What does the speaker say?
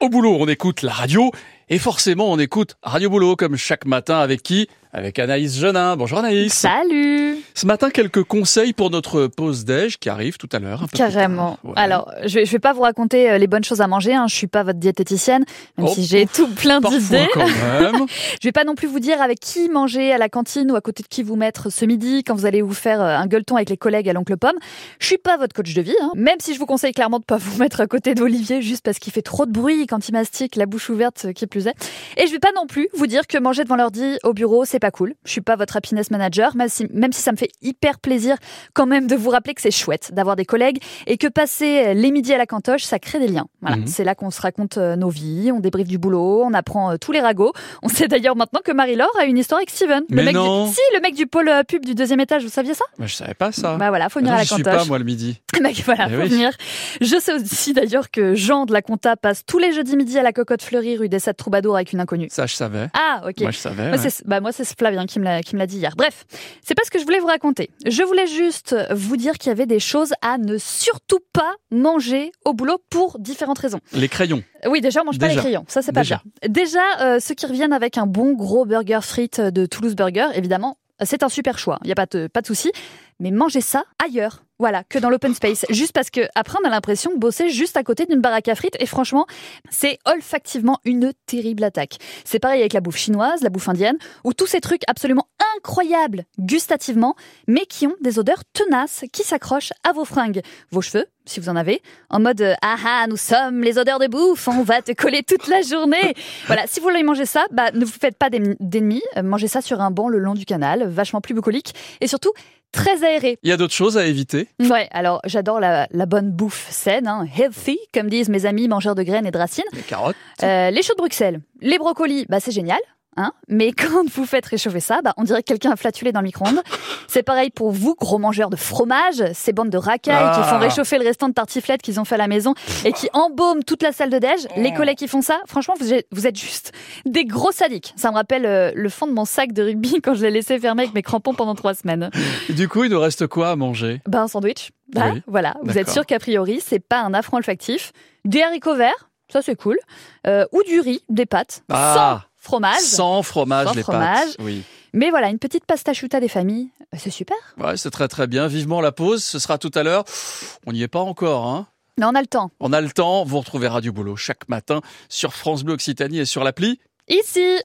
Au boulot, on écoute la radio et forcément on écoute Radio Boulot comme chaque matin avec qui Avec Anaïs Genin. Bonjour Anaïs. Salut Ce matin, quelques conseils pour notre pause déj qui arrive tout à l'heure. un peu plus tard. Carrément. Ouais. Alors, je vais, je vais pas vous raconter euh, les bonnes choses à manger, hein, je suis pas votre diététicienne, même Oh. si j'ai tout plein Parfois d'idées. quand même. Je vais pas non plus vous dire avec qui manger à la cantine ou à côté de qui vous mettre ce midi quand vous allez vous faire euh, un gueuleton avec les collègues à l'oncle Pomme. Je suis pas votre coach de vie, hein, même si je vous conseille clairement de pas vous mettre à côté d'Olivier juste parce qu'il fait trop de bruit quand il mastique, la bouche ouverte euh, qui plus est. Et je vais pas non plus vous dire que manger devant l'ordi au bureau, c'est pas cool. Je suis pas votre happiness manager, même si, même si ça me fait hyper plaisir quand même de vous rappeler que c'est chouette d'avoir des collègues et que passer euh, les midis à la cantoche, ça crée des liens. Voilà, Mhm. c'est là qu'on se raconte euh, nos vies, on débriefe du boulot, on apprend euh, tous les ragots. On sait d'ailleurs maintenant que Marie-Laure a une histoire avec Steven. Mais le mec non. Du... Si, le mec du pôle euh, pub du deuxième étage, vous saviez ça Mais je savais pas ça. Bah voilà, faut venir Ah. Non, à la j'y suis pas cantoche. moi le midi. Bah, voilà, Eh faut oui. venir. Je sais aussi d'ailleurs que Jean de la Compta passe tous les jeudis midi à la Cocotte Fleurie rue des Sept Troubadours avec une inconnue. Ça je savais. Ah, ok. Moi je savais. Moi, ouais. c'est- bah, moi, c'est Flavien qui me l'a qui me l'a dit hier. Bref, c'est pas ce que je voulais vous raconter. Je voulais juste vous dire qu'il y avait des choses à ne surtout pas manger au boulot pour différentes raisons. Les crayons. Oui, déjà, on mange pas Déjà. les crayons. Ça, c'est pas Déjà. bien. Déjà, euh, ceux qui reviennent avec un bon gros burger frites de Toulouse Burger, évidemment, c'est un super choix. Il n'y a pas de, pas de souci. Mais mangez ça ailleurs. Voilà, que dans l'open space. Juste parce que après, on a l'impression de bosser juste à côté d'une baraque à frites. Et franchement, c'est olfactivement une terrible attaque. C'est pareil avec la bouffe chinoise, la bouffe indienne, ou tous ces trucs absolument incroyables gustativement, mais qui ont des odeurs tenaces qui s'accrochent à vos fringues, vos cheveux, si vous en avez, en mode euh, ah ah nous sommes les odeurs de bouffe, on va te coller toute la journée. voilà, si vous voulez manger ça, bah ne vous faites pas d'en- d'ennemis, euh, mangez ça sur un banc le long du canal, vachement plus bucolique et surtout très aéré. Il y a d'autres choses à éviter. Ouais, alors j'adore la, la bonne bouffe saine, hein, healthy comme disent mes amis mangeurs de graines et de racines. Les carottes. Euh, les choux de Bruxelles, les brocolis, bah c'est génial. Hein Mais quand vous faites réchauffer ça, bah, on dirait que quelqu'un a flatulé dans le micro-ondes. C'est pareil pour vous, gros mangeurs de fromage, ces bandes de racailles qui Ah. font réchauffer le restant de tartiflettes qu'ils ont fait à la maison et qui embaument toute la salle de déj. Les collègues qui font ça, franchement, vous êtes, vous êtes juste des gros sadiques. Ça me rappelle euh, le fond de mon sac de rugby quand je l'ai laissé fermer avec mes crampons pendant trois semaines. Et du coup, il nous reste quoi à manger Ben, un sandwich. Bah, Ah Oui. Voilà, vous êtes D'accord. sûr qu'a priori, c'est pas un affront olfactif. Des haricots verts, ça c'est cool. Euh, ou du riz, des pâtes, Ah. sans fromage. Sans fromage Sans les fromage. pâtes. Oui. Mais voilà, une petite pasta chuta des familles, euh, c'est super. Ouais, c'est très très bien. Vivement la pause, ce sera tout à l'heure. On n'y est pas encore hein. Mais on a le temps. On a le temps, vous retrouvez Radio Boulot chaque matin sur France Bleu Occitanie et sur l'appli Ici